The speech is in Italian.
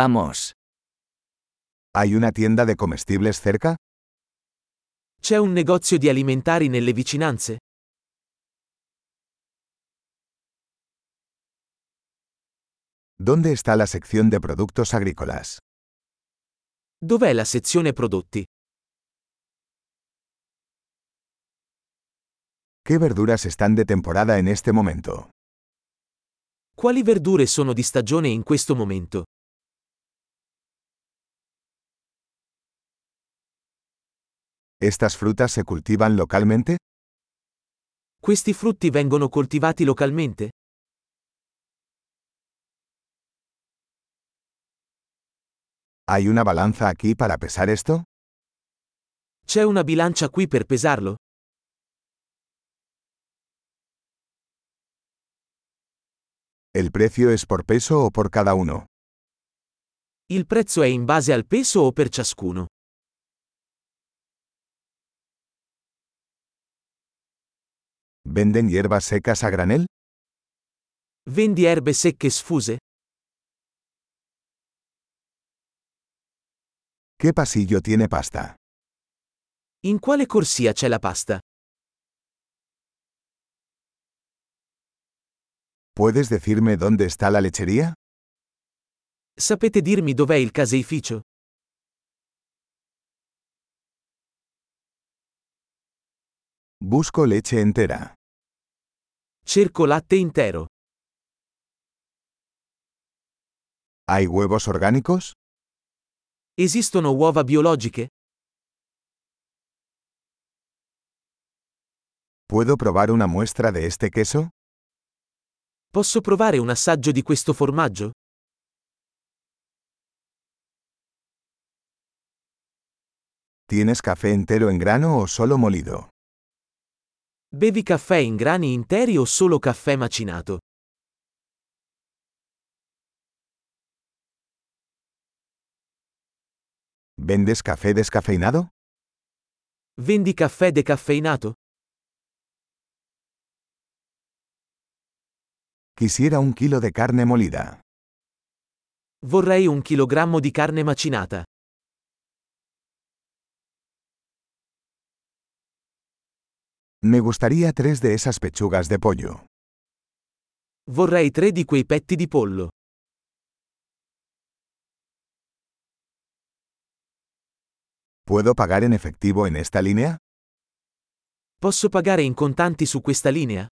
Vamos. ¿Hay una tienda de comestibles cerca? C'è un negozio di alimentari nelle vicinanze? ¿Dónde está la sección de productos agrícolas? Dov'è la sezione prodotti? ¿Qué verduras están de temporada en este momento? Quali verdure sono di stagione in questo momento? ¿Estas frutas se cultivan localmente? Questi frutti vengono coltivati localmente? ¿Hay una balanza aquí para pesar esto? C'è una bilancia qui per pesarlo? ¿El precio es por peso o por cada uno? Il prezzo è in base al peso o per ciascuno? ¿Venden hierbas secas a granel? Vendi erbe secche sfuse? ¿Qué pasillo tiene pasta? In quale corsia c'è la pasta? ¿Puedes decirme dónde está la lechería? Sapete dirmi dov'è il caseificio? Busco leche entera. Cerco latte intero. ¿Hay huevos orgánicos? Esistono uova biologiche? ¿Puedo probar una muestra de este queso? Posso provare un assaggio di questo formaggio? ¿Tienes café entero en grano o solo molido? Bevi caffè in grani interi o solo caffè macinato? ¿Vendes café descafeinado? Vendi caffè decaffeinato? Quisiera un kilo de carne molida. Vorrei un chilogrammo di carne macinata. Me gustaría tres de esas pechugas de pollo. Vorrei tre di quei petti di pollo. ¿Puedo pagar en efectivo en esta línea? Posso pagare in contanti su questa linea?